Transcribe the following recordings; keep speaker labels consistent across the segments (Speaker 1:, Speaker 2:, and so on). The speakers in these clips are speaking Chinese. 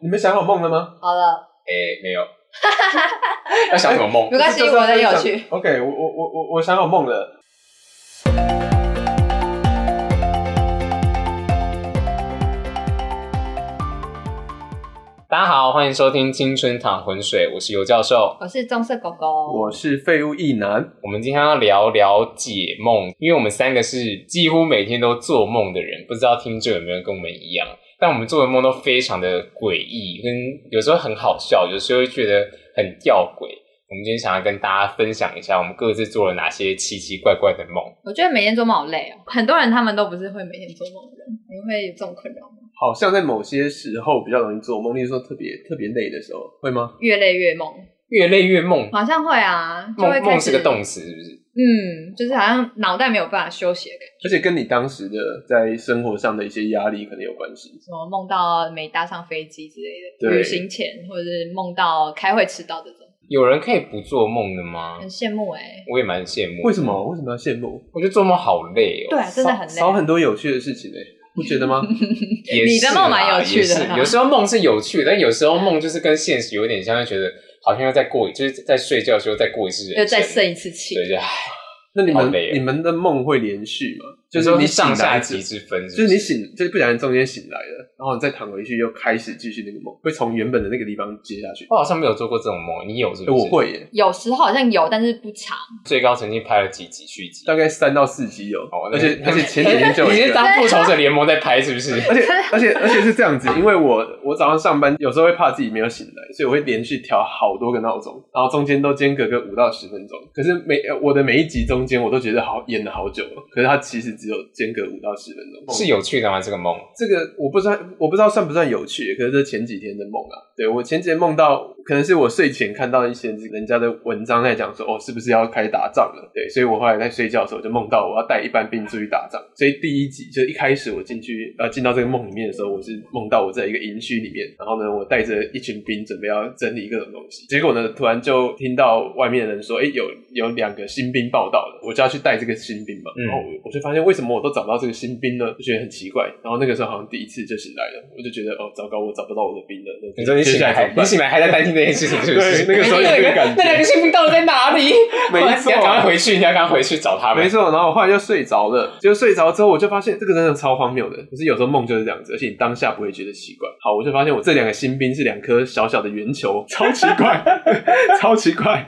Speaker 1: 你们想好梦了吗？
Speaker 2: 好了，
Speaker 3: 哎，没有， 要想什 么梦？
Speaker 2: 没关系，
Speaker 1: 就是
Speaker 2: 我
Speaker 1: 要
Speaker 2: 的
Speaker 1: 跟你
Speaker 2: 有
Speaker 1: 讲
Speaker 2: 趣。。
Speaker 1: OK，我我我我我想好梦了。
Speaker 3: 大家好，欢迎收听《青春淌浑水》，我是尤教授。
Speaker 2: 我是棕色狗狗，
Speaker 1: 我是废物一男，
Speaker 3: 我们今天要聊聊解梦，因为我们三个是几乎每天都做梦的人，不知道听众有没有跟我们一样？但我们做的梦都非常的诡异，跟有时候很好笑，有时候又觉得很吊诡。我们今天想要跟大家分享一下，我们各自做了哪些奇奇怪怪的梦。
Speaker 2: 我觉得每天做梦好累哦。很多人他们都不是会每天做梦的人，你会有这种困扰吗？
Speaker 1: 好像在某些时候比较容易做梦，例如说特别特别累的时候，会吗？
Speaker 2: 越累越梦，
Speaker 3: 越累越梦，
Speaker 2: 好像会啊，就会
Speaker 3: 梦
Speaker 2: 开
Speaker 3: 梦是
Speaker 2: 始
Speaker 3: 个动词，是不是？
Speaker 2: 嗯，就是好像脑袋没有办法休息的感觉。
Speaker 1: 而且跟你当时的在生活上的一些压力可能有关系。
Speaker 2: 什么梦到没搭上飞机之类的，
Speaker 1: 对
Speaker 2: 旅行前或者是梦到开会迟到这种，
Speaker 3: 有人可以不做梦的吗
Speaker 2: 很？羡慕哎、
Speaker 3: 我也蛮羡慕。
Speaker 1: 为什？么？为什么要羡慕？
Speaker 3: 我觉得做梦好累哦。
Speaker 2: 对啊，真的很累。
Speaker 1: 少少很多有趣的事情呢、不觉得吗？
Speaker 3: 也是啦
Speaker 2: 你的梦蛮有趣的
Speaker 3: 也是有时候梦是有趣的，但有时候梦就是跟现实有点像，就觉得好像要再过一，就是在睡觉的时候再过一次人
Speaker 2: 又
Speaker 3: 生，
Speaker 2: 再生一次气，
Speaker 3: 对，就啊唉
Speaker 1: 那你
Speaker 3: 好
Speaker 1: 们
Speaker 3: 累哦
Speaker 1: 你们的梦会连续吗？就
Speaker 3: 有时
Speaker 1: 是
Speaker 3: 候
Speaker 1: 你
Speaker 3: 是
Speaker 1: 醒
Speaker 3: 上下
Speaker 1: 来
Speaker 3: 级之分
Speaker 1: 就是
Speaker 3: 不
Speaker 1: 你
Speaker 3: 是
Speaker 1: 醒，就是不小心中间醒来了，然后你再躺回去，又开始继续那个梦，会从原本的那个地方接下去。
Speaker 3: 我好像没有做过这种梦，你有是
Speaker 1: 欸
Speaker 3: 不是？
Speaker 1: 我，会耶，
Speaker 2: 有时候好像有，但是不长。
Speaker 3: 最高曾经拍了几集续集，
Speaker 1: 大概三到四集有，
Speaker 3: 哦那
Speaker 1: 而且
Speaker 3: 那
Speaker 1: 而且前几天就有
Speaker 3: 你
Speaker 1: 一
Speaker 3: 是
Speaker 1: 个。
Speaker 3: 当复仇者联盟在拍是 不 是？
Speaker 1: 而且而且而且是这样子，因为我我早上上班有时候会怕自己没有醒来，所以我会连续调好多个闹钟，然后中间都间隔个五到十分钟。可是每呃我的每一集中间，我都觉得好演了好久了，可是它其实只有间隔五到十分钟。
Speaker 3: 是有趣的吗？这个梦
Speaker 1: 这个我不知道，我不知道算不算有趣，可是这前几天的梦啊，对我前几天梦到，可能是我睡前看到一些人家的文章在讲说，哦，是不是要开始打仗了？对，所以我后来在睡觉的时候就梦到我要带一班兵出去打仗，所以第一集就一开始我进去呃进到这个梦里面的时候，我是梦到我在一个营区里面，然后呢，我带着一群兵准备要整理各种东西，结果呢，突然就听到外面的人说，哎，有有两个新兵报道了，我就要去带这个新兵嘛，
Speaker 3: 嗯
Speaker 1: 然后我就发现为什么我都找不到这个新兵呢？就觉得很奇怪。然后那个时候好像第一次就醒来了，我就觉得哦，糟糕，我找不到我的兵了。那
Speaker 3: 你说你醒
Speaker 1: 接下
Speaker 3: 来
Speaker 1: 怎
Speaker 3: 还
Speaker 1: 么
Speaker 3: 你
Speaker 1: 办
Speaker 3: 醒来还在担心这件事情，是不是？
Speaker 1: 对那个时 候有这个感 觉
Speaker 3: 那两个新兵到底在哪里？
Speaker 1: 没错
Speaker 3: 你要赶快回去，你要赶快回去找他们。
Speaker 1: 没错，然后我后来就睡着了。就睡着之后，我就发现这个真的超荒谬的。可是有时候梦就是这样子，而且你当下不会觉得奇怪。好，我就发现我这两个新兵是两颗小小的圆球，超奇怪，哎超奇 怪。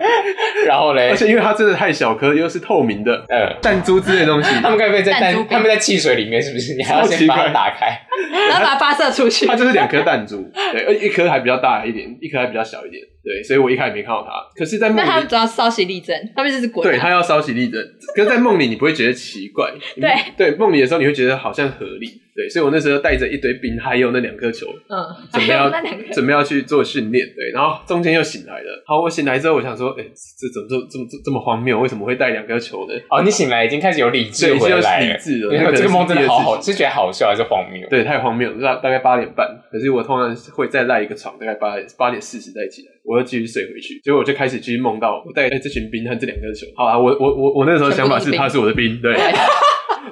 Speaker 3: 然后嘞
Speaker 1: 而，且因为它真的太小颗，又是透明的
Speaker 3: 嗯，
Speaker 1: 弹珠之类的东 西，
Speaker 3: 他们该不会在
Speaker 2: 弹珠
Speaker 3: 蛋，
Speaker 2: 饼
Speaker 3: 他们在汽水里面是不是？你还要
Speaker 1: 超奇
Speaker 3: 先
Speaker 1: 怪
Speaker 3: 把它打开。
Speaker 2: 然后把它发射出去
Speaker 1: 它。就是两颗弹珠，对，而一颗还比较大一点，一颗还比较小一点，对，所以我一开始没看到它。可是，在梦
Speaker 2: 那他
Speaker 1: 里
Speaker 2: 们，主要稍息立正，他们就是滚、
Speaker 1: 对，
Speaker 2: 啊。
Speaker 1: 它要稍息立正。可是，在梦里你不会觉得奇怪，你
Speaker 2: 对
Speaker 1: 对，梦里的时候你会觉得好像合理，对，所以我那时候带着一堆冰，还有那两颗球，
Speaker 2: 嗯，
Speaker 1: 准备
Speaker 2: 还
Speaker 1: 要
Speaker 2: 有 那两个
Speaker 1: 准备要去做训练，对，然后中间又醒来了。好，我醒来之后，我想说，哎、这怎么这这么这么荒谬？为什么会带两颗球呢？
Speaker 3: 哦，你醒来已经开始有理
Speaker 1: 所
Speaker 3: 智
Speaker 1: 以
Speaker 3: 回
Speaker 1: 就
Speaker 3: 来
Speaker 1: 理
Speaker 3: 了。
Speaker 1: 智了，
Speaker 3: 你
Speaker 1: 那可
Speaker 3: 看
Speaker 1: 能
Speaker 3: 这个梦
Speaker 1: 是
Speaker 3: 真的
Speaker 1: 第二
Speaker 3: 好
Speaker 1: 次
Speaker 3: 好，是觉得好笑还是荒谬？
Speaker 1: 对，太荒谬了。大大概八点半，可是我通常会再赖一个床，大概八八点四十再起来，我又继续睡回去。结果我就开始继续梦到我带这群兵和这两颗球。好啊，我我我我那时候想法是
Speaker 2: 全部都是兵
Speaker 1: 他是我的兵，对。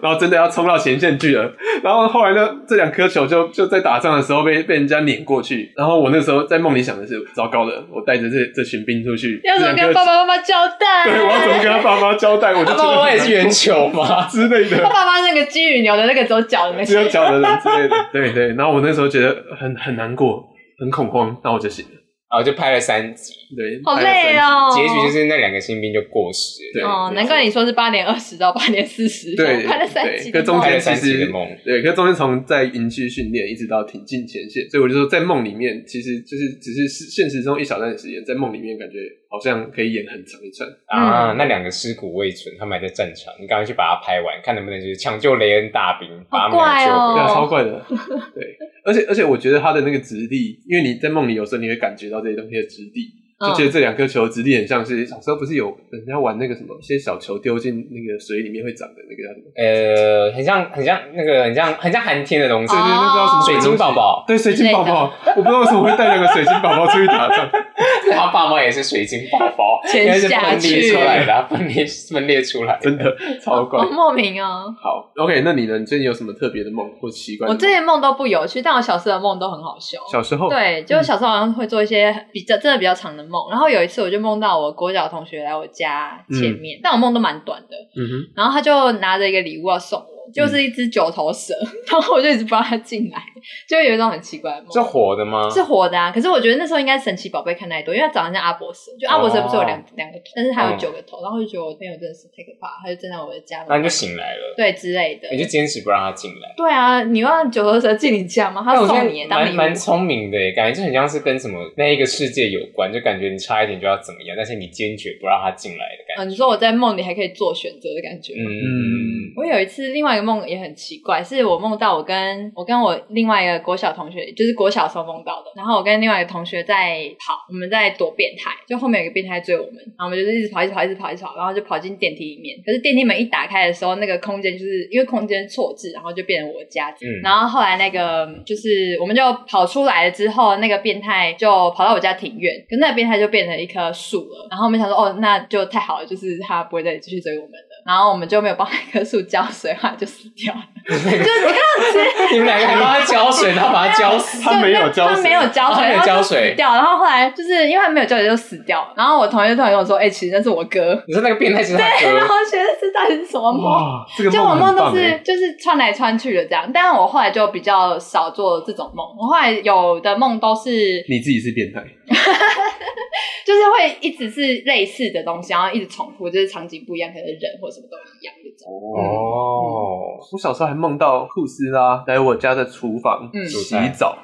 Speaker 1: 然后真的要冲到前线去了，然后后来呢，这两颗球就就在打仗的时候被被人家碾过去。然后我那时候在梦里想的是，糟糕了，我带着这这群兵出去，
Speaker 2: 要怎么
Speaker 1: 这两
Speaker 2: 跟
Speaker 1: 颗
Speaker 2: 爸爸妈妈交代？啊
Speaker 1: 对，我要怎么跟他爸妈交代？我就
Speaker 3: 他
Speaker 1: 觉得
Speaker 3: 爸
Speaker 1: 很
Speaker 3: 妈也是
Speaker 1: 难
Speaker 3: 圆
Speaker 1: 过
Speaker 3: 球
Speaker 2: 啊
Speaker 3: 吗？
Speaker 1: 之类的
Speaker 2: 他。 爸妈那个鸡与牛的那个走 脚的那
Speaker 1: 只
Speaker 2: 些，
Speaker 1: 有脚的人之类的。对对，然后我那时候觉得很很难过，很恐慌，然后我就醒了。
Speaker 3: 然后就拍了三集，
Speaker 1: 对，
Speaker 2: 好累
Speaker 1: 啊！
Speaker 2: 哦。
Speaker 3: 结局就是那两个新兵就过世了，
Speaker 1: 对
Speaker 2: 哦，难怪你说是八点二十到八点四十，
Speaker 1: 对
Speaker 2: 拍了三集
Speaker 1: 对
Speaker 2: 的
Speaker 1: 可中
Speaker 2: 梦，
Speaker 1: 间
Speaker 3: 拍了三集的梦。
Speaker 1: 对，可是中间从在营区训练一直到挺进前线，所以我就说在梦里面，其实就是只是是现实中一小段时间，在梦里面感觉好像可以演很长一串。
Speaker 2: 哦
Speaker 3: 啊，那两个尸骨未存，他们还在战场，你赶快去把它拍完，看能不能就是抢救雷恩大兵，把他们俩救
Speaker 1: 对
Speaker 2: 好怪
Speaker 3: 回
Speaker 1: 啊，
Speaker 3: 来。
Speaker 2: 哦
Speaker 1: 超怪 的。对，而且而且我觉得它的那个质地，因为你在梦里有时候你会感觉到这些东西的质地，
Speaker 2: 嗯
Speaker 1: 就觉得这两颗球的质地很像是小时候不是有人家玩那个什么，一些小球丢进那个水里面会长的那个叫什么？
Speaker 3: 呃，很像很像那个很像很像寒天的东西，
Speaker 2: 哦
Speaker 1: 对对，那不知道什么
Speaker 3: 水晶宝宝，
Speaker 1: 对水晶宝宝，我不知道为什么会带两个水晶宝宝出去打仗。
Speaker 3: 他爸妈也是水晶宝宝，应该
Speaker 2: 潜
Speaker 3: 是
Speaker 2: 下
Speaker 3: 分裂
Speaker 2: 去
Speaker 3: 出，来的啊、分裂分裂出来的，
Speaker 1: 真 的超怪
Speaker 2: 好。莫名哦。
Speaker 1: 好，OK，那你呢？你最近有什么特别的梦或奇怪的
Speaker 2: 我
Speaker 1: 梦？
Speaker 2: 这些梦都不有趣，但我小时候的梦都很好笑。
Speaker 1: 小嗯时候，
Speaker 2: 对，就是小时候好像会做一些比较真的比较长的梦。然后有一次我就梦到我国小同学来我家前面，但我梦都蛮短的。
Speaker 1: 嗯哼，
Speaker 2: 然后他就拿着一个礼物要送我，就是
Speaker 3: 嗯
Speaker 2: 一只九头蛇。然后我就一直不让他进来，就有一种很奇怪的梦。
Speaker 3: 是活的吗？
Speaker 2: 是活的啊，可是我觉得那时候应该神奇宝贝看太多，因为它长得像阿伯蛇，就阿伯蛇不是有两两、个头，但是它有
Speaker 3: 哦嗯
Speaker 2: 九个头，然后我就觉得我朋友真的是太可怕，他就站在我的家门口，
Speaker 3: 那你就醒来了，
Speaker 2: 对之类的，
Speaker 3: 你就坚持不让他进来。
Speaker 2: 对啊，你要让九头蛇进你家吗？他
Speaker 3: 但我觉
Speaker 2: 啊送你耶
Speaker 3: 得
Speaker 2: 当礼物
Speaker 3: 蛮蛮聪明的耶，感觉就很像是跟什么那一个世界有关，就感觉你差一点就要怎么样，但是你坚决不让他进来的感觉。
Speaker 2: 嗯，你说我在梦里还可以做选择的感觉。
Speaker 3: 嗯
Speaker 1: 嗯
Speaker 3: 嗯，
Speaker 2: 我有一次另外一个梦也很奇怪，是我梦到我跟我跟我另外一个国小同学，就是国小的时候梦到的。然后我跟另外一个同学在跑，我们在躲变态，就后面有一个变态追我们，然后我们就是一直跑，一直跑，一直跑，一直跑，然后就跑进电梯里面。可是电梯门一打开的时候，那个空间就是因为空间错置，然后就变成我家
Speaker 3: 嗯
Speaker 2: 然后后来那个就是我们就跑出来了之后，那个变态就跑到我家庭院，可那个变态就变成一棵树了。然后我们想说，哦，那就太好了，就是他不会再继续追我们了。然后我们就没有帮那棵树浇水，后来就死掉了。
Speaker 3: 你们两个还帮他浇水，然后把他浇死。
Speaker 1: 他没有浇水
Speaker 2: 他没有浇
Speaker 3: 哦他
Speaker 2: 水，
Speaker 3: 没有
Speaker 2: 然后
Speaker 3: 浇
Speaker 2: 就
Speaker 3: 水
Speaker 2: 死掉。然后后来就是因为他没有浇水就死掉了。然后我同学就突然跟我说：“哎、其实那是我哥。
Speaker 3: 你说那个变 态其实他”
Speaker 2: 然
Speaker 3: 哥，
Speaker 2: 后我觉得这到底是什么梦？
Speaker 1: 呃哇，这个
Speaker 2: 就我
Speaker 1: 很
Speaker 2: 梦
Speaker 1: 棒
Speaker 2: 都是
Speaker 1: 哎
Speaker 2: 就是穿来穿去的这样，但我后来就比较少做这种梦。我后来有的梦都是
Speaker 1: 你自己是变态，
Speaker 2: 就是会一直是类似的东西，然后一直重复，就是场景不一样，可能人或什么都一样这种。
Speaker 1: 哦，
Speaker 3: 哦，
Speaker 1: 我小时候还梦到库斯拉来我家的厨房
Speaker 2: 嗯
Speaker 1: 洗澡，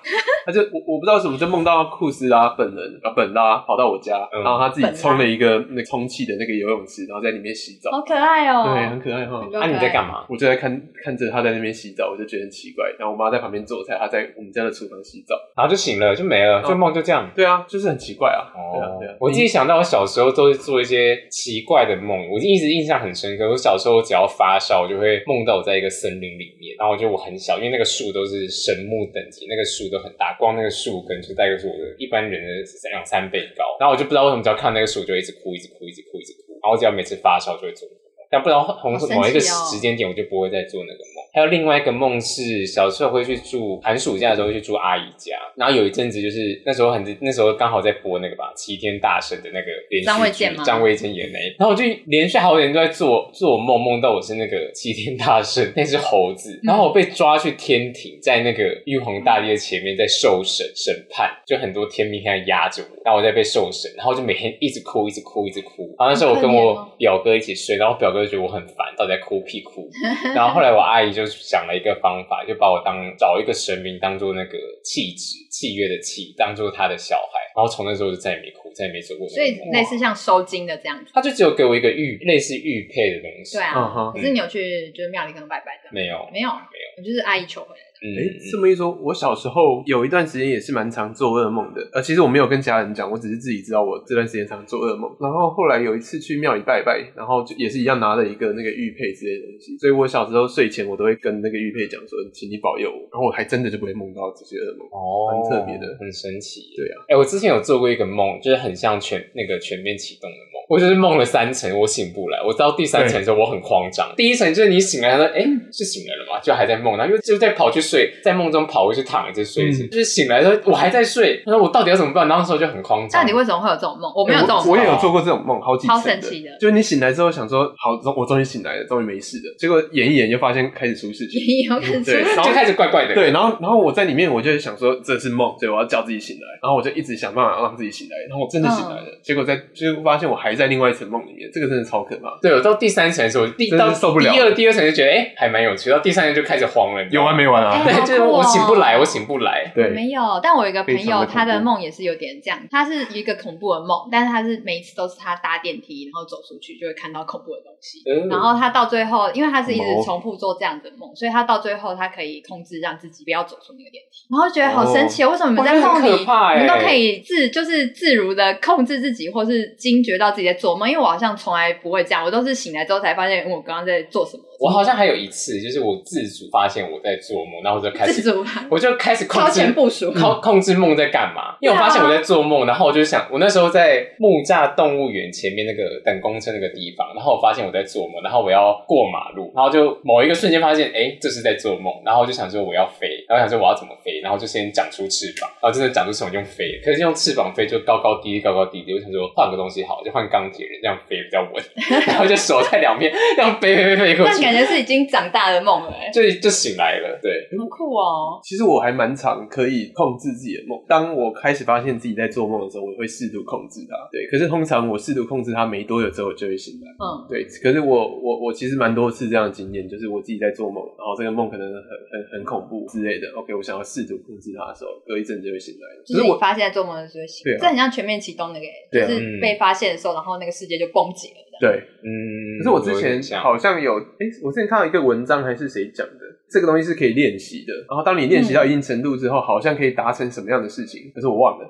Speaker 1: 他就我我不知道为什么就梦到库斯拉本人啊本拉跑到我家，
Speaker 3: 嗯
Speaker 1: 然后他自己
Speaker 2: 本拉
Speaker 1: 冲了一个那个充气的那个游泳池，然后在里面洗澡，
Speaker 2: 好可爱哦、
Speaker 1: 对，很可爱哈。
Speaker 2: 比较可爱
Speaker 3: 那啊你在干？嘛？
Speaker 1: 我就在看看着他在那边洗澡，我就觉得很奇怪。然后我妈在旁边做菜，她在我们家的厨房洗澡。
Speaker 3: 然后就醒了，就没
Speaker 2: 哦
Speaker 3: 了，就梦就这样。
Speaker 1: 对啊，就是很奇怪啊。对啊，
Speaker 3: 哦
Speaker 1: 对啊，。
Speaker 3: 我自己想到我小时候都是做一些奇怪的梦，我一直印象很深刻。我小时候只要发烧，我就会梦到我在一个森林里面，然后我觉得我很小，因为那个树都是神木等级，那个树都很大，光那个树根就大概是我的一般人的两三倍高。然后我就不知道为什么，只要看那个树，我就一直哭，一直哭，一直哭，一直哭。然后只要每次发烧就会做那个梦，但不知道从
Speaker 2: 好神奇哦
Speaker 3: 某一个时间点，我就不会再做那个梦。还有另外一个梦是小时候会去住寒暑假的时候会去住阿姨家，然后有一阵子就是那时候很那时候刚好在播那个吧《齐天大圣》的那个连续剧，
Speaker 2: 张卫健吗
Speaker 3: 张卫健演那一，然后我就连续好几天都在做做梦，梦到我是那个齐天大圣那只猴子，
Speaker 2: 嗯
Speaker 3: 然后我被抓去天庭，在那个玉皇大帝的前面在受审审判，就很多天兵在压着我，然后我在被受审，然后我就每天一直哭，一直哭，一直哭，然后那时候我
Speaker 2: 好可
Speaker 3: 跟
Speaker 2: 怜
Speaker 3: 我。
Speaker 2: 哦
Speaker 3: 表哥一起睡，然后表哥就觉得我很烦，到底在哭屁哭。 然后后来我阿姨就想了一个方法，就把我当找一个神明当做那个契纸契约的契，当做他的小孩。然后从那时候就再也没哭，再也没做过这
Speaker 2: 所
Speaker 3: 个
Speaker 2: 以
Speaker 3: 梦。
Speaker 2: 类似像收金的这样子。
Speaker 3: 他就只有给我一个玉，类似玉佩的东西。
Speaker 2: 对
Speaker 1: 嗯
Speaker 2: 啊，
Speaker 1: 哼
Speaker 2: 可是你有去就是庙里跟拜拜的？
Speaker 3: 没有，
Speaker 2: 没有，没有，就是阿姨求回来的。
Speaker 3: 嗯，
Speaker 1: 哎、这么一说，我小时候有一段时间也是蛮常做噩梦的。呃，其实我没有跟家人讲，我只是自己知道我这段时间常做噩梦。然后后来有一次去庙里拜拜，然后就也是一样拿了一个那个玉佩之类的东西。所以我小时候睡前我都会跟那个玉佩讲说，请你保佑我。然后我还真的就不会梦到这些噩梦。
Speaker 3: 哦，
Speaker 1: 蛮特别的
Speaker 3: 很神奇。
Speaker 1: 对啊，
Speaker 3: 哎、我之前有做过一个梦，就是很像全那个全面启动的梦，我就是梦了三层，我醒不来。我到第三层的时候，我很慌张。第一层就是你醒来了，哎、是醒来了吗？就还在梦，然后又就再跑去睡，在梦中跑回去躺着睡一次，
Speaker 1: 嗯
Speaker 3: 就是醒来的时候我还在睡，他说我到底要怎么办？然后那时候就很慌张。
Speaker 2: 那你为什么会有这种梦？我没有这种
Speaker 1: 欸
Speaker 2: 梦，
Speaker 1: 我，我也有做过这种梦，好几
Speaker 2: 超
Speaker 1: 层的
Speaker 2: 神奇的
Speaker 1: 就是你醒来之后想说，好，终我终于醒来了，终于没事了。结果演一演就发现开始出事情。
Speaker 2: 也有感
Speaker 1: 对
Speaker 2: 觉。
Speaker 1: 然后
Speaker 3: 就开始怪怪的，
Speaker 1: 对，然后然后我在里面，我就想说这是梦，所以我要叫自己醒来。然后我就一直想办法让自己醒来，然后我真的醒来了。
Speaker 2: 嗯
Speaker 1: 结果在就发现我还在另外一层梦里面，这个真的超可怕，
Speaker 3: 对，我到第三层的时候，第
Speaker 1: 真的
Speaker 3: 到
Speaker 1: 受不了
Speaker 3: 第二、第二层就觉得哎、还蛮有趣，到第三层就开始慌了，你知
Speaker 1: 有
Speaker 3: 道吗
Speaker 1: 完？没完啊？
Speaker 2: 哎好
Speaker 3: 对，
Speaker 2: 酷
Speaker 3: 就是我
Speaker 2: 哦
Speaker 3: 醒不来，我醒不来。
Speaker 1: 对，
Speaker 2: 没有，但我有一个朋
Speaker 1: 非常的恐
Speaker 2: 友，
Speaker 1: 怖
Speaker 2: 他的梦也是有点这样，他是一个恐怖的梦，但是他是每一次都是他搭电梯，然后走出去就会看到恐怖的东西。
Speaker 3: 嗯哦
Speaker 2: 然后他到最后，因为他是一
Speaker 1: 毛
Speaker 2: 直重复做这样的梦，所以他到最后他可以控制让自己不要走出那个电梯。然后觉得好神奇，哦，为什么你们在
Speaker 3: 哇
Speaker 2: 梦
Speaker 3: 这很
Speaker 2: 里，
Speaker 3: 可怕
Speaker 2: 你们
Speaker 3: 欸
Speaker 2: 都可以自就是自如的控制自己，或是惊觉到自己在做梦？因为我好像从来不会这样，我都是醒来之后才发现嗯我刚刚在做什么。
Speaker 3: 我好像还有一次，就是我自主发现我在做梦，然后我就开
Speaker 2: 自
Speaker 3: 始，
Speaker 2: 主吧，
Speaker 3: 我就开始控
Speaker 2: 超
Speaker 3: 制
Speaker 2: 前部啊署。
Speaker 3: 控控制梦在干嘛？因为我发现我在做梦，然后我就想，我那时候在木栅动物园前面那个等公车那个地方，然后我发现我在做梦，然后我要过马路，然后就某一个瞬间发现，哎、这是在做梦，然后我就想说我要飞，然后想说我要怎么飞，然后就先长出翅膀，然后真的长出翅膀用飞的，可是用翅膀飞就高高低低高高低低，我想说换个东西好，就换钢铁人这样飞比较稳， 然后就手在两边这样飞飞飞飞过
Speaker 2: 但
Speaker 3: 去
Speaker 2: 感，觉是已经长大的梦了、 欸，
Speaker 3: 就就醒来了，对。
Speaker 2: 很酷哦。
Speaker 1: 其实我还蛮常可以控制自己的梦。当我开始发现自己在做梦的时候，我会试图控制它。对，可是通常我试图控制它没多久之后，我就会醒来。
Speaker 2: 嗯，
Speaker 1: 对，可是我我我其实蛮多次这样的经验，就是我自己在做梦，然后这个梦可能很很很恐怖之类的。OK，我想要试图控制它的时候，隔一阵子就会醒来了。
Speaker 2: 就
Speaker 1: 可是
Speaker 2: 是你
Speaker 1: 我
Speaker 2: 发现在做梦的时候就醒
Speaker 1: 对啊，
Speaker 2: 这很像全面启动那个、欸，
Speaker 1: 对啊
Speaker 2: 就是被发现的时候，然后那个世界就崩解了。
Speaker 1: 对，
Speaker 3: 嗯，
Speaker 1: 可是我之
Speaker 3: 有点
Speaker 1: 前
Speaker 3: 像
Speaker 1: 好像有，哎、我之前看到一个文章还是谁讲的，这个东西是可以练习的。然后当你练
Speaker 3: 嗯
Speaker 1: 习到一定程度之后，好像可以达成什么样的事情，可是我忘了。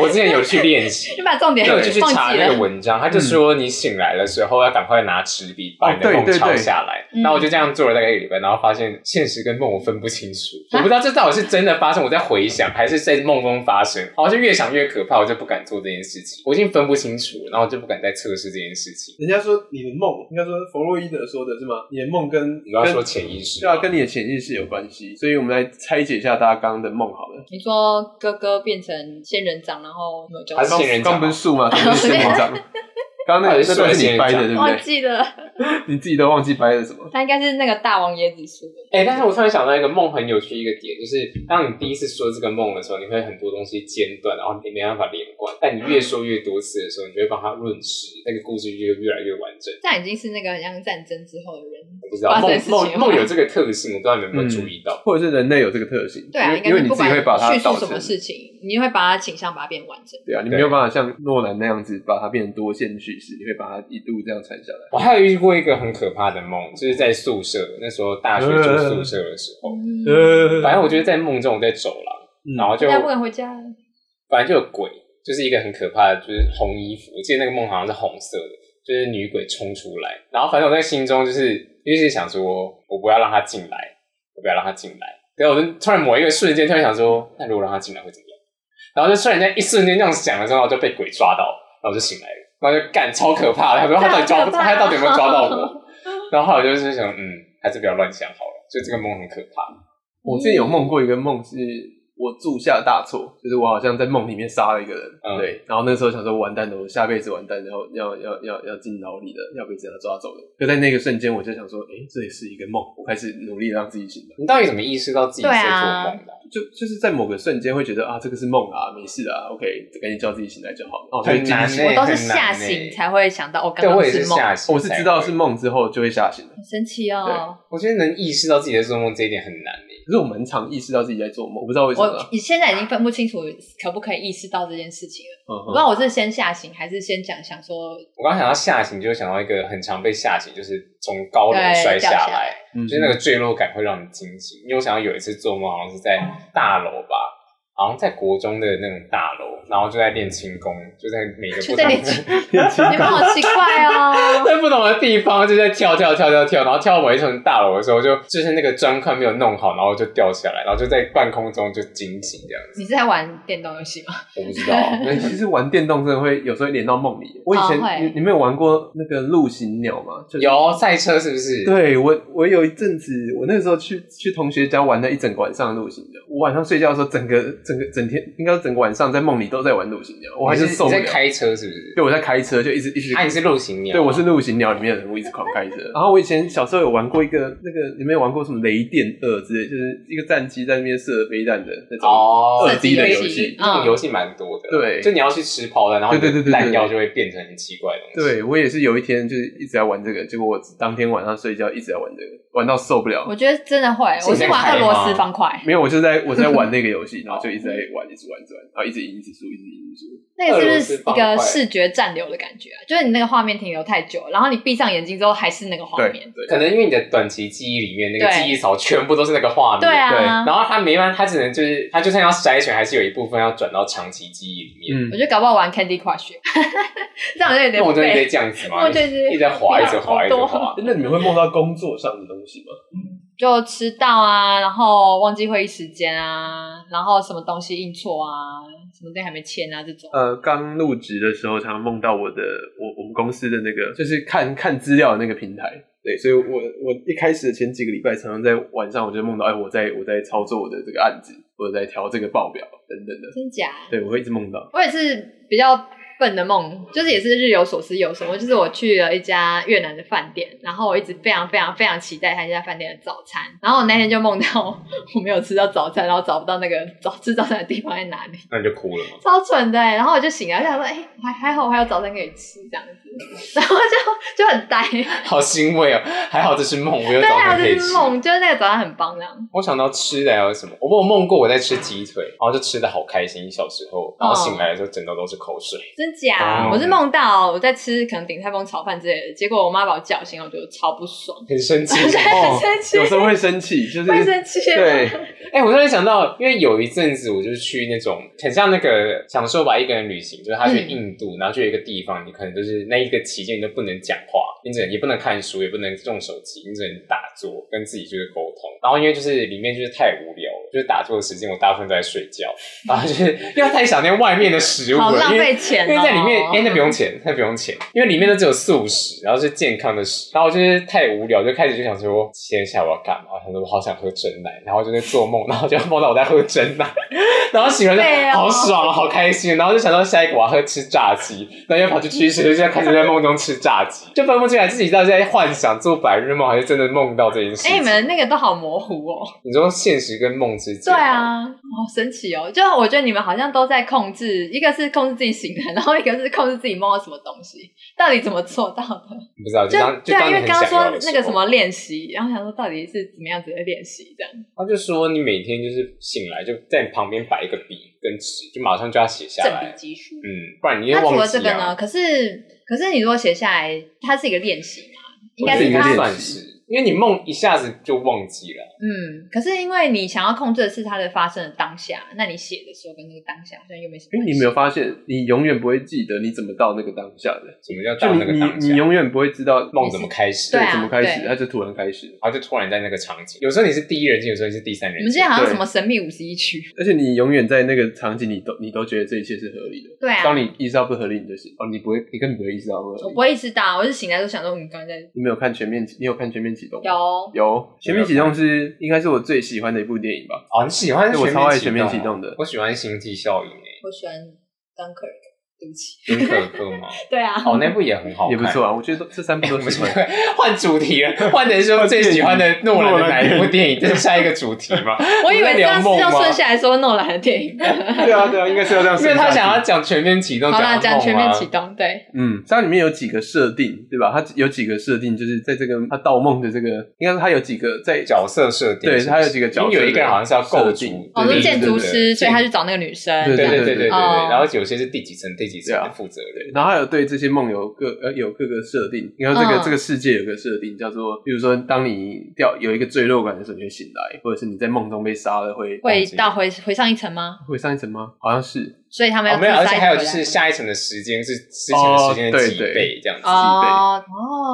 Speaker 3: 我之前有去练习，
Speaker 2: 你把重点
Speaker 3: 对，我
Speaker 2: 忘
Speaker 3: 就去
Speaker 2: 记
Speaker 3: 查那个
Speaker 2: 了，
Speaker 3: 文章，他就说你醒来的时候要赶快拿纸笔把你的
Speaker 1: 哦对
Speaker 3: 梦
Speaker 1: 对
Speaker 3: 抄
Speaker 1: 对
Speaker 3: 下来。
Speaker 2: 嗯
Speaker 3: 然后我就这样做了大概一个礼拜，然后发现现实跟梦我分不清楚，我不知道这到底是真的发生，我在回想，还是在梦中发生。然后就越想越可怕，我就不敢做这件事情，我已经分不清楚，然后我就不敢再测试这件事情。
Speaker 1: 人家说你的梦，应该说弗洛伊德说的是吗？你的梦跟
Speaker 3: 你要
Speaker 1: 跟
Speaker 3: 说潜意识
Speaker 1: 对啊，跟你的潜意识有关系。所以我们来拆解一下大家刚刚的梦好了。
Speaker 2: 你说哥哥变成仙人掌，然后没有交
Speaker 3: 还是
Speaker 2: 代
Speaker 3: 仙人掌
Speaker 1: 刚刚不是树 吗？怎么是仙人掌？
Speaker 2: 啊
Speaker 1: 刚刚那
Speaker 3: 还
Speaker 1: 个
Speaker 3: 是
Speaker 1: 那段是
Speaker 3: 仙人
Speaker 1: 你
Speaker 3: 掌
Speaker 1: 掰的，对不
Speaker 2: 忘
Speaker 1: 对？
Speaker 2: 记了，
Speaker 1: 你自己都忘记掰了什么？
Speaker 2: 他应该是那个大王椰子树。
Speaker 3: 哎、但是我突然想到一个梦很有趣一个点，就是当你第一次说这个梦的时候，你会很多东西间断，然后你没办法连贯。但你
Speaker 2: 嗯
Speaker 3: 越说越多次的时候，你就会帮它润饰，那个故事就越来越完整。
Speaker 2: 这样已经是那个很像战争之后的人。
Speaker 3: 我不知
Speaker 2: 发
Speaker 3: 道
Speaker 2: 生
Speaker 3: 梦
Speaker 2: 的事情
Speaker 3: 梦
Speaker 2: 吗
Speaker 3: 梦有这个特性，我不知道你们有没有注意到。
Speaker 1: 或者是人类有这个特性？
Speaker 2: 对啊，
Speaker 1: 因为
Speaker 2: 应该
Speaker 1: 因为
Speaker 2: 是
Speaker 1: 你
Speaker 2: 不
Speaker 1: 自己
Speaker 2: 管
Speaker 1: 会把它
Speaker 2: 叙述
Speaker 1: 导
Speaker 2: 什
Speaker 1: 成
Speaker 2: 么事情，你会把它倾向把它变完整。
Speaker 1: 对啊，你没
Speaker 3: 对
Speaker 1: 有办法像诺兰那样子把它变成多线叙事，你会把它一度这样缠下来。
Speaker 3: 我还有遇过一个很可怕的梦，就是在宿舍那时候大学住宿舍的时候，
Speaker 1: 呃
Speaker 2: 嗯，
Speaker 3: 反正我就在梦中我在走廊，然后就
Speaker 2: 大家不敢回家。
Speaker 3: 反正就有鬼，就是一个很可怕的，就是红衣服。我记得那个梦好像是红色的，就是女鬼冲出来，然后反正我在心中就是一直想说，我不要让她进来，我不要让她进来。然后我就突然某一个瞬间突然想说，那如果让她进来会怎么样？然后就突然间一瞬间这样想的时候，然后就被鬼抓到，然后就醒来了，然后就干超可怕的，他说他到底抓不，
Speaker 2: 太可怕
Speaker 3: 他
Speaker 2: 了
Speaker 3: 到底有没有抓到 我？然后后来我就是想，嗯，还是不要乱想好了，就这个梦很可怕。
Speaker 1: 我之前有梦过一个梦，是我铸下大错，就是我好像在梦里面杀了一个人，
Speaker 3: 嗯
Speaker 1: 对。然后那时候想说，完蛋了，我下辈子完蛋，然后要要要要进牢里的，要被警察抓走的。就在那个瞬间，我就想说，诶，这也是一个梦，我开始努力让自己醒来。
Speaker 3: 你到底怎么意识到自己在
Speaker 2: 对
Speaker 3: 做
Speaker 2: 啊
Speaker 3: 梦的啊？
Speaker 1: 就就是在某个瞬间会觉得啊，这个是梦啊，没事啊，OK，赶紧叫自己醒来就好了。哦，
Speaker 3: 很难
Speaker 1: 呢、
Speaker 3: 欸
Speaker 2: 我都是
Speaker 3: 很难
Speaker 2: 吓
Speaker 3: 欸
Speaker 2: 醒才会想到，我刚
Speaker 3: 对，我
Speaker 2: 刚
Speaker 3: 也是
Speaker 2: 梦，
Speaker 3: 吓醒，
Speaker 1: 我是知道是。梦之后就会吓醒的，
Speaker 2: 很神奇哦。
Speaker 3: 我觉得能意识到自己在做梦这一点很难欸诶、
Speaker 1: 可是我蛮常意识到自己在做梦，我不知道为什么啊、
Speaker 2: 我你现在已经分不清楚可不可以意识到这件事情了。
Speaker 1: 嗯
Speaker 2: 我
Speaker 1: 哼
Speaker 2: 不知道我是先吓醒还是先讲想说，
Speaker 3: 我刚想到吓醒，就想到一个很常被吓醒，就是从高楼
Speaker 2: 对
Speaker 3: 摔
Speaker 2: 掉下
Speaker 3: 下
Speaker 2: 来
Speaker 3: 来，就是那个坠落感会让你惊醒。因为我想到有一次做梦，好像是在大楼吧，好像在国中的那种大楼，然后就在练轻功，就在每个
Speaker 2: 就
Speaker 3: 不
Speaker 2: 在
Speaker 3: 同
Speaker 2: 练
Speaker 3: 的
Speaker 2: 轻你
Speaker 1: 嗯
Speaker 2: 们
Speaker 1: 哼
Speaker 2: 好奇怪哦。
Speaker 3: 在不同的地方就在跳跳跳跳跳，然后跳到某一层大楼的时候就，就是那个砖块没有弄好，然后就掉下来，然后就在半空中就惊醒这样子。
Speaker 2: 你是在玩电动游戏吗？
Speaker 3: 我不知道，
Speaker 1: 欸 其实玩电动真的会有时候会连到梦里。我以前、
Speaker 2: 哦会
Speaker 1: 你你们有玩过那个陆行鸟吗？就是、。
Speaker 3: 有赛车是不是？
Speaker 1: 对我，我有一阵子，我那时候去去同学家玩了一整个晚上的陆行鸟。我晚上睡觉的时候，整个整个整天，应该说整个晚上在梦里都在玩陆行鸟，我还
Speaker 3: 你
Speaker 1: 是
Speaker 3: 是
Speaker 1: 受不
Speaker 3: 你在
Speaker 1: 了。
Speaker 3: 开车是不是？
Speaker 1: 对，我在开车，就一直一直
Speaker 3: 啊，你是陆行鸟？
Speaker 1: 对，我是陆行鸟里面的人物，一直狂开车。然后我以前小时候有玩过一个那个，你们有玩过什么雷电二之类，就是一个战机在那边射飞弹的那种。
Speaker 3: 哦
Speaker 1: 二，
Speaker 2: 射击
Speaker 1: D 的游
Speaker 2: 游
Speaker 1: 戏
Speaker 2: 戏，
Speaker 3: 这种游
Speaker 2: 嗯，
Speaker 3: 戏蛮多的，
Speaker 1: 对
Speaker 3: 就你要去吃炮弹，然后你的
Speaker 1: 对对对对对
Speaker 3: 弹药就会变成很奇怪的东西。
Speaker 1: 对我也是有一天就是一直在玩这个，结果我当天晚上睡觉一直在玩这个，玩到受不了。
Speaker 2: 我觉得真的会，我是玩俄罗斯方块，
Speaker 1: 没有，我就在我在玩那个游戏，然后就一直在玩，一直玩，一直玩，然后一直赢，一直输，一直赢，一直输。
Speaker 2: 那个是不是一个视觉暂留的感觉啊？就是你那个画面停留太久，然后你闭上眼睛之后还是那个画
Speaker 1: 对
Speaker 2: 面。
Speaker 3: 可
Speaker 1: 对，
Speaker 3: 能因为你的短期记忆里面那个
Speaker 2: 对
Speaker 3: 记忆槽全部都是那个画面，
Speaker 2: 对啊，
Speaker 1: 对
Speaker 3: 然后他没办法，他只能就是他就算要筛选，还是有一部分要转到长期记忆里
Speaker 1: 嗯
Speaker 3: 面。
Speaker 2: 我，觉得搞不好玩 Candy Crush，这样我就有
Speaker 3: 那我
Speaker 2: 点
Speaker 3: 真的可以
Speaker 2: 废。
Speaker 3: 这样子吗？
Speaker 2: 我就是
Speaker 3: 一直在滑，一直滑，一直
Speaker 2: 好
Speaker 3: 滑。
Speaker 1: 那你们会梦到工作上的东西吗？
Speaker 2: 就迟到啊，然后忘记会议时间啊，然后什么东西印错啊，什么东西还没签啊，这种。
Speaker 1: 呃，刚入职的时候，常常梦到我的我我们公司的那个，就是看看资料的那个平台。对，所以我我一开始的前几个礼拜，常常在晚上我就梦到，哎，我在我在操作我的这个案子，我在调这个报表等等的。
Speaker 2: 真假？
Speaker 1: 对，我会一直梦到。
Speaker 2: 我也是比较笨的梦，就是也是日有所思夜有所梦。就是我去了一家越南的饭店，然后我一直非常非常非常期待他那家饭店的早餐。然后我那天就梦到我没有吃到早餐，然后找不到那个早吃早餐的地方在哪里，
Speaker 3: 那你就哭了吗？
Speaker 2: 超蠢的欸、然后我就醒来，我想说，哎、还还好，我还有早餐可以吃这样子，然后就就很呆。
Speaker 3: 好欣慰哦，还好这是梦，我有
Speaker 2: 对
Speaker 3: 早
Speaker 2: 啊，
Speaker 3: 餐
Speaker 2: 这
Speaker 3: 可以
Speaker 2: 是
Speaker 3: 吃。
Speaker 2: 梦，就是那个早餐很棒这样。
Speaker 3: 我想到吃的还有什么？我我梦过我在吃鸡腿，然后就吃的好开心，小时
Speaker 2: 哦
Speaker 3: 候，然后醒来的时候枕头都是口水。
Speaker 2: 真假？
Speaker 3: 哦
Speaker 2: 我是梦到我在吃可能鼎泰丰炒饭之类的，结果我妈把我叫醒，我觉得超不爽，
Speaker 3: 很 生气，
Speaker 2: 对，很生气
Speaker 1: 有，时候会生气，就是
Speaker 2: 会生气。
Speaker 1: 对，
Speaker 3: 哎、我突然想到，因为有一阵子我就去那种很像那个享受吧一个人旅行，就是他去
Speaker 2: 嗯
Speaker 3: 印度，然后去一个地方，你可能就是那一个期间你都不能讲话，你只能也不能看书，也不能用手机，你只能打坐跟自己就是沟通。然后因为就是里面就是太无聊了，就是打坐的时间我大部分都在睡觉，然后就是因为太想念外面的食物
Speaker 2: 好
Speaker 3: 了，
Speaker 2: 浪
Speaker 3: 因为
Speaker 2: 费钱、哦，
Speaker 3: 因为在里面，哎、那不用钱，那不用钱，因为里面都只有素食，然后是健康的食，然后我就是太无聊，就开始就想说，今天下午要干嘛？想说我好想喝真奶，然后就在做梦，然后就梦到我在喝真奶，然后醒
Speaker 2: 对
Speaker 3: 来
Speaker 2: 哦
Speaker 3: 就好爽，好开心，然后就想到下一个我要喝吃炸鸡，然后又跑去吃，就开始在梦中吃炸鸡，就分不清来自己到底在幻想做白日梦，还是真的梦到这件事
Speaker 2: 哎、
Speaker 3: 情。
Speaker 2: 你们那个都好模糊哦。
Speaker 3: 你说现实跟梦之间，
Speaker 2: 对，啊，好神奇哦！就我觉得你们好像都在控制，一个是控制自己醒来，然后一个是控制自己梦到什么东西，到底怎么做到的？
Speaker 3: 你不知道，就当
Speaker 2: 对啊，因
Speaker 3: 当你
Speaker 2: 为
Speaker 3: 很
Speaker 2: 刚刚
Speaker 3: 想
Speaker 2: 说
Speaker 3: 要的
Speaker 2: 那个
Speaker 3: 时
Speaker 2: 什
Speaker 3: 候
Speaker 2: 么练习，然后想说到底是怎么样子的练习这样。
Speaker 3: 他就说你每天就是醒来就在你旁边摆一个笔跟纸，就马上就要写下
Speaker 2: 正
Speaker 3: 来
Speaker 2: 比，基数。
Speaker 3: 嗯，不然你就
Speaker 2: 那除
Speaker 3: 忘
Speaker 2: 了
Speaker 3: 记
Speaker 2: 这个呢？
Speaker 3: 啊。
Speaker 2: 可是可是你如果写下来，它是一个练习嘛，应该
Speaker 1: 我觉得
Speaker 2: 是
Speaker 1: 应
Speaker 2: 它
Speaker 1: 该练
Speaker 3: 算是，因为你梦一下子就忘记了。
Speaker 2: 嗯。可是因为你想要控制的是它的发生的当下，那你写的时候跟那个当下好像又没什
Speaker 1: 因
Speaker 2: 么关
Speaker 1: 为
Speaker 2: 系。
Speaker 1: 你没有发现，你永远不会记得你怎么到那个当下的，
Speaker 3: 什么叫
Speaker 1: 就
Speaker 3: 到
Speaker 1: 你
Speaker 3: 那个当
Speaker 1: 你你
Speaker 3: 下？
Speaker 1: 永远不会知道
Speaker 3: 梦怎么开始？
Speaker 2: 对啊
Speaker 1: 怎么开始，
Speaker 2: 对
Speaker 1: 它就突然开始，
Speaker 3: 然后就突然在那个场景，有时候你是第一人称，有时候你是第三
Speaker 2: 我
Speaker 3: 人
Speaker 2: 们
Speaker 3: 称
Speaker 2: 今天。好像
Speaker 1: 对
Speaker 2: 什么神秘五十一区，
Speaker 1: 而且你永远在那个场景，你都你都觉得这一切是合理的。
Speaker 2: 对啊，
Speaker 1: 当你意识到不合理，你就是哦，你不会，你根本不会意识到不合理。
Speaker 2: 我不会意识到，我是醒来就想说，嗯，刚才在
Speaker 1: 你没有看全面启，你有看全面启动吗？
Speaker 2: 有
Speaker 1: 有全面启动是应该是我最喜欢的一部电影吧。哎
Speaker 3: 哦，你喜欢
Speaker 1: 对我超爱全面
Speaker 3: 面
Speaker 1: 启
Speaker 3: 启
Speaker 1: 动啊
Speaker 3: 动哦
Speaker 1: 的
Speaker 3: 我喜欢星际效应诶，
Speaker 2: 我喜欢 Dunkirk，对不起，
Speaker 3: 丁可可嘛，
Speaker 2: 对啊，
Speaker 3: 哦，那部也很好看，
Speaker 1: 也不错啊，我觉得这三部
Speaker 3: 哎。
Speaker 1: 都
Speaker 3: 我们
Speaker 1: 喜
Speaker 3: 是
Speaker 1: 欢。
Speaker 3: 换主题了，换成说最喜欢的诺兰的哪一部电影，这是下一个主题嘛？
Speaker 2: 我以为这样是
Speaker 3: 我们在
Speaker 2: 要
Speaker 3: 聊梦吗
Speaker 2: 顺下来说诺兰的电 影。
Speaker 1: 对啊，对啊，应该是要这样
Speaker 3: 因为
Speaker 1: 顺
Speaker 3: 他
Speaker 1: 下去
Speaker 3: 想要讲全 面启动，
Speaker 2: 好啦，
Speaker 3: 到
Speaker 2: 讲
Speaker 3: 梦
Speaker 2: 全面
Speaker 3: 啊
Speaker 2: 启动， 对，
Speaker 1: 嗯，它里面有几个设定，对吧？它有几个设定，就是在这个他盗梦的这个，应该是它有几个在
Speaker 3: 角色设定，
Speaker 1: 对
Speaker 3: 是不是
Speaker 1: 他有几个角色
Speaker 3: 因为有一个人好像是要构
Speaker 1: 设定
Speaker 3: 筑，
Speaker 2: 哦，
Speaker 1: 对
Speaker 2: 是
Speaker 1: 对
Speaker 2: 建筑师，所以他
Speaker 3: 就
Speaker 2: 去找那个女生，
Speaker 1: 对
Speaker 3: 对对对对对，对
Speaker 2: 哦
Speaker 3: 然后有些是第几层第几层
Speaker 1: 对
Speaker 3: 的
Speaker 1: 啊
Speaker 3: 负责人，
Speaker 1: 然后还有对这些梦有各呃有各个设定，然后这个、
Speaker 2: 嗯
Speaker 1: 这个世界有个设定叫做，比如说当你掉有一个坠落感的时候，你会醒来，或者是你在梦中被杀了会
Speaker 2: 会
Speaker 3: 忘记
Speaker 2: 到回回上一层吗？
Speaker 1: 会上一层吗？好像是
Speaker 2: 所以他们要
Speaker 3: 哦
Speaker 2: 自
Speaker 3: 没有，
Speaker 2: 杀
Speaker 3: 而
Speaker 2: 一
Speaker 3: 且
Speaker 2: 层
Speaker 3: 还有
Speaker 2: 回
Speaker 3: 就
Speaker 2: 来
Speaker 3: 是下一层的时间是之前的时间的几
Speaker 1: 哦对
Speaker 3: 倍这样子。
Speaker 2: 哦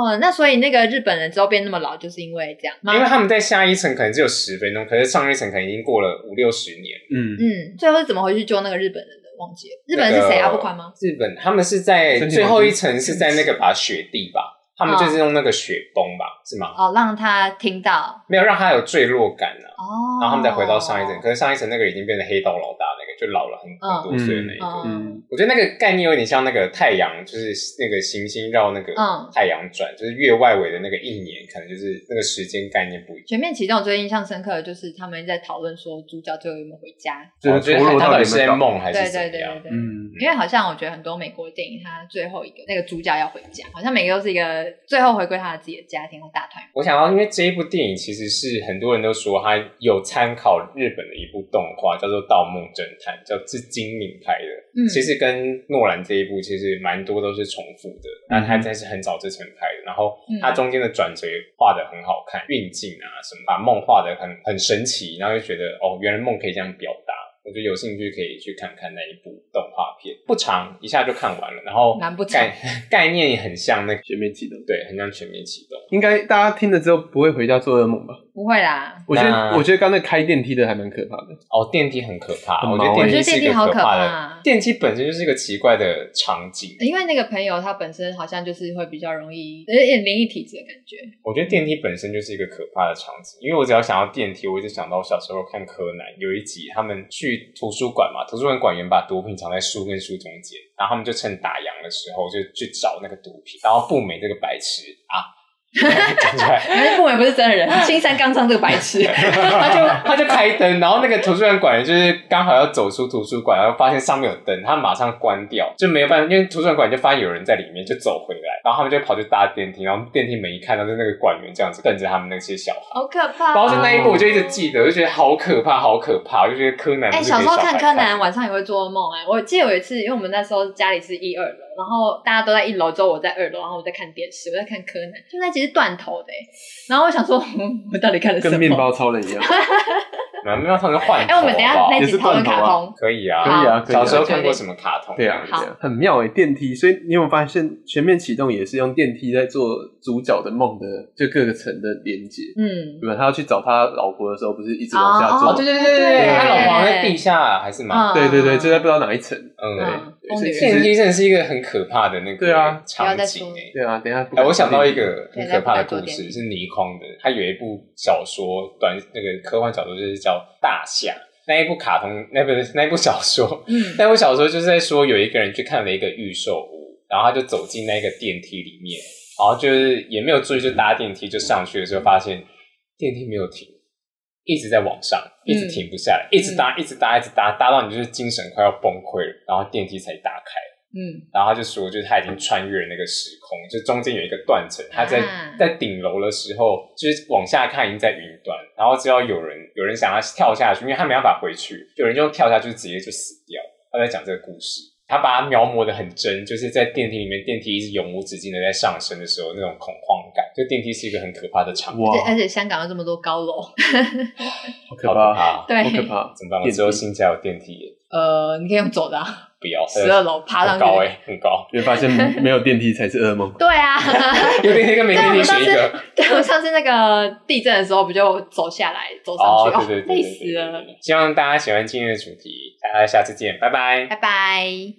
Speaker 2: 哦，那所以那个日本人之后变那么老，就是因为这样吗
Speaker 3: 因为他们在下一层可能只有十分钟，可是上一层可能已经过了五六十年。
Speaker 1: 嗯
Speaker 2: 嗯，最后是怎么回去救那个日本人的？忘记了，日本人是谁？
Speaker 3: 那
Speaker 2: 阿
Speaker 3: 个
Speaker 2: 布宽吗？？
Speaker 3: 日本他们是在
Speaker 1: 身体
Speaker 3: 最后
Speaker 1: 毛巾
Speaker 3: 一层是在那个把雪地吧，他们就是用那个雪崩吧，是吗？
Speaker 2: 哦，让他听到
Speaker 3: 没有让他有坠落感啊，
Speaker 2: 哦，嗯
Speaker 3: 然后他们再回到上一层，可是上一层那个已经变成黑道老大那个，就老了很很多岁的那一个。
Speaker 2: 嗯
Speaker 1: 嗯，
Speaker 3: 我觉得那个概念有点像那个太阳，就是那个行星绕那个
Speaker 2: 嗯
Speaker 3: 太阳转，就是越外围的那个一年，可能就是那个时间概念不一样。
Speaker 2: 全面启动，我最印象深刻的就是他们在讨论说主角最后有没有回家。
Speaker 1: 就
Speaker 3: 我
Speaker 1: 是
Speaker 3: 觉
Speaker 1: 陀
Speaker 3: 得
Speaker 1: 螺
Speaker 3: 他
Speaker 1: 到
Speaker 3: 到底
Speaker 1: 底有
Speaker 3: 是
Speaker 1: 没
Speaker 3: 在
Speaker 1: 有搞？
Speaker 3: 梦还
Speaker 2: 对
Speaker 3: 是怎
Speaker 2: 对对
Speaker 3: 么
Speaker 2: 对
Speaker 3: 样？
Speaker 2: 对。
Speaker 1: 嗯，
Speaker 2: 因为好像我觉得很多美国电影，它最后一个那个主角要回家，好像每个都是一个最后回归他的自己的家庭和大团圆。
Speaker 3: 我想到，因为这一部电影其实是很多人都说它有参考日本的一部动画，叫做《盗梦侦探》，叫是金敏拍的。
Speaker 2: 嗯
Speaker 3: 其实跟诺兰这一部其实蛮多都是重复的，
Speaker 2: 嗯
Speaker 3: 那他真是很早之前拍的，然后它中间的转折也画的很好看，运镜啊什么，把梦画的很很神奇，然后就觉得哦，原来梦可以这样表达。我觉得有兴趣可以去看看那一部动画片，不长，一下就看完了，然后
Speaker 2: 蛮不长
Speaker 3: 概 概念也很像那个，
Speaker 1: 全面启动，
Speaker 3: 对，很像全面启动。
Speaker 1: 应该大家听了之后不会回家做噩梦吧？
Speaker 2: 不会啦，
Speaker 1: 我觉得
Speaker 3: 那
Speaker 1: 我觉得刚才开电梯的还蛮可怕的，
Speaker 3: 哦，电梯很可怕，
Speaker 1: 很
Speaker 3: 我觉得
Speaker 1: 毛欸
Speaker 2: 我觉
Speaker 3: 电梯
Speaker 2: 得
Speaker 3: 是
Speaker 2: 电
Speaker 3: 一
Speaker 2: 梯
Speaker 3: 个
Speaker 2: 好
Speaker 3: 可
Speaker 2: 可
Speaker 3: 怕的。
Speaker 2: 怕。啊
Speaker 3: 电梯本身就是一个奇怪的场景，
Speaker 2: 因为那个朋友他本身好像就是会比较容易有点灵异体质的感觉，
Speaker 3: 我觉得电梯本身就是一个可怕的场景，因为我只要想到电梯，我就想到我小时候看柯南有一集，他们去图书馆嘛，图书馆馆员把毒品藏在书跟书中间，然后他们就趁打烊的时候就去找那个毒品，然后步美这个白痴啊， 讲出来。
Speaker 2: 因为不美不是真的人，青山刚昌这个白痴，
Speaker 3: 他就他就开灯，然后那个图书馆管理就是刚好要走出图书馆，然后发现上面有灯，他马上关掉，就没有办法，因为图书馆管理就发现有人在里面，就走回来，然后他们就跑去搭电梯，然后电梯门一看到就那个管员这样子瞪着他们那些小孩。
Speaker 2: 好可怕、
Speaker 3: 然后就那一幕，我就一直记得，我就觉得好可怕，好可怕，我就觉得柯南。
Speaker 2: 哎、小时候看柯南，
Speaker 3: 完，
Speaker 2: 晚上也会做噩梦哎、我记得有一次，因为我们那时候家里是一二楼，然后大家都在一楼，之后我在二楼，然后我在看电视，我在看柯南，就那集是断头的、哎然后我想说，嗯我到底看了什么？
Speaker 1: 跟面包超人一样。
Speaker 3: 没有没有，他们换头吧。
Speaker 2: 哎、我们等一下那
Speaker 1: 也
Speaker 2: 集
Speaker 1: 是
Speaker 2: 讨论
Speaker 1: 断头
Speaker 2: 卡
Speaker 1: 啊
Speaker 2: 通，
Speaker 3: 可以啊，
Speaker 1: 可以啊可以啊
Speaker 3: 小时候看过什么卡通？
Speaker 1: 对啊，
Speaker 2: 好
Speaker 1: 对啊很妙诶、电梯。所以你有没有发现全面启动也是用电梯在做主角的梦的，就各个层的连接。
Speaker 2: 嗯，
Speaker 1: 对吧？他要去找他老婆的时候，不是一直往下坐？
Speaker 3: 哦，对对对对对，
Speaker 1: 对
Speaker 3: 他老婆好像在地下还是蛮
Speaker 2: 嗯
Speaker 1: 对对对，就在不知道哪一层。
Speaker 3: 嗯
Speaker 1: 对，
Speaker 2: 嗯
Speaker 1: 对所以其
Speaker 3: 电
Speaker 1: 实
Speaker 3: 梯真的是一个很可怕的那个
Speaker 1: 对啊
Speaker 2: 不要
Speaker 3: 场
Speaker 2: 再
Speaker 3: 景
Speaker 2: 说
Speaker 3: 欸
Speaker 1: 对啊，等一下不敢坐电
Speaker 3: 哎、
Speaker 1: 梯。
Speaker 3: 我想到一个很可怕的
Speaker 2: 对那不敢
Speaker 3: 故
Speaker 2: 坐电
Speaker 3: 事，
Speaker 2: 梯
Speaker 3: 是倪匡的，他有一部小说短那个科幻小说，就是叫《大象》。那一部卡通，那不是那一部小说，
Speaker 2: 嗯
Speaker 3: 那部小说就是在说有一个人去看了一个预售屋，然后他就走进那个电梯里面，然后就是也没有注意，就搭电梯就上去的时候，发现电梯没有停，一直在往上，一直停不下来，一直搭，一直搭，一直搭，搭到你就是精神快要崩溃了，然后电梯才打开。
Speaker 2: 嗯，
Speaker 3: 然后他就说，就是他已经穿越了那个时空，就中间有一个断层，他在、
Speaker 2: 啊
Speaker 3: 在顶楼的时候，就是往下看已经在云端，然后只要有人有人想要跳下去，因为他没办法回去，有人就跳下去直接就死掉。他在讲这个故事，他把它描摹的很真，就是在电梯里面，电梯一直永无止境的在上升的时候，那种恐慌感，就电梯是一个很可怕的场景，
Speaker 1: 哇
Speaker 2: 而，且而且香港有这么多高楼，
Speaker 1: 好可
Speaker 3: 好
Speaker 1: 怕，
Speaker 3: 怕！
Speaker 2: 对
Speaker 1: 好，可怕。
Speaker 3: 怎么办？我之后新家有电梯也
Speaker 2: 呃，你可以用走的、啊，
Speaker 3: 不要，
Speaker 2: 十二楼爬上
Speaker 3: 很
Speaker 2: 去，。
Speaker 3: 高哎、
Speaker 1: 欸
Speaker 3: 很高，
Speaker 1: 你会发现没有电梯才是噩梦
Speaker 2: 对啊。
Speaker 3: 有电梯跟没
Speaker 2: 对，我
Speaker 3: 电梯
Speaker 2: 们上
Speaker 3: 选一
Speaker 2: 次
Speaker 3: 个。，
Speaker 2: 对我们上次那个地震的时候，不就走下来走上去，
Speaker 3: 哦，对对对对
Speaker 2: 累
Speaker 3: 对
Speaker 2: 死
Speaker 3: 对
Speaker 2: 了，
Speaker 3: 对希望大家喜欢今天的主题，大家下次见，拜拜
Speaker 2: 拜拜。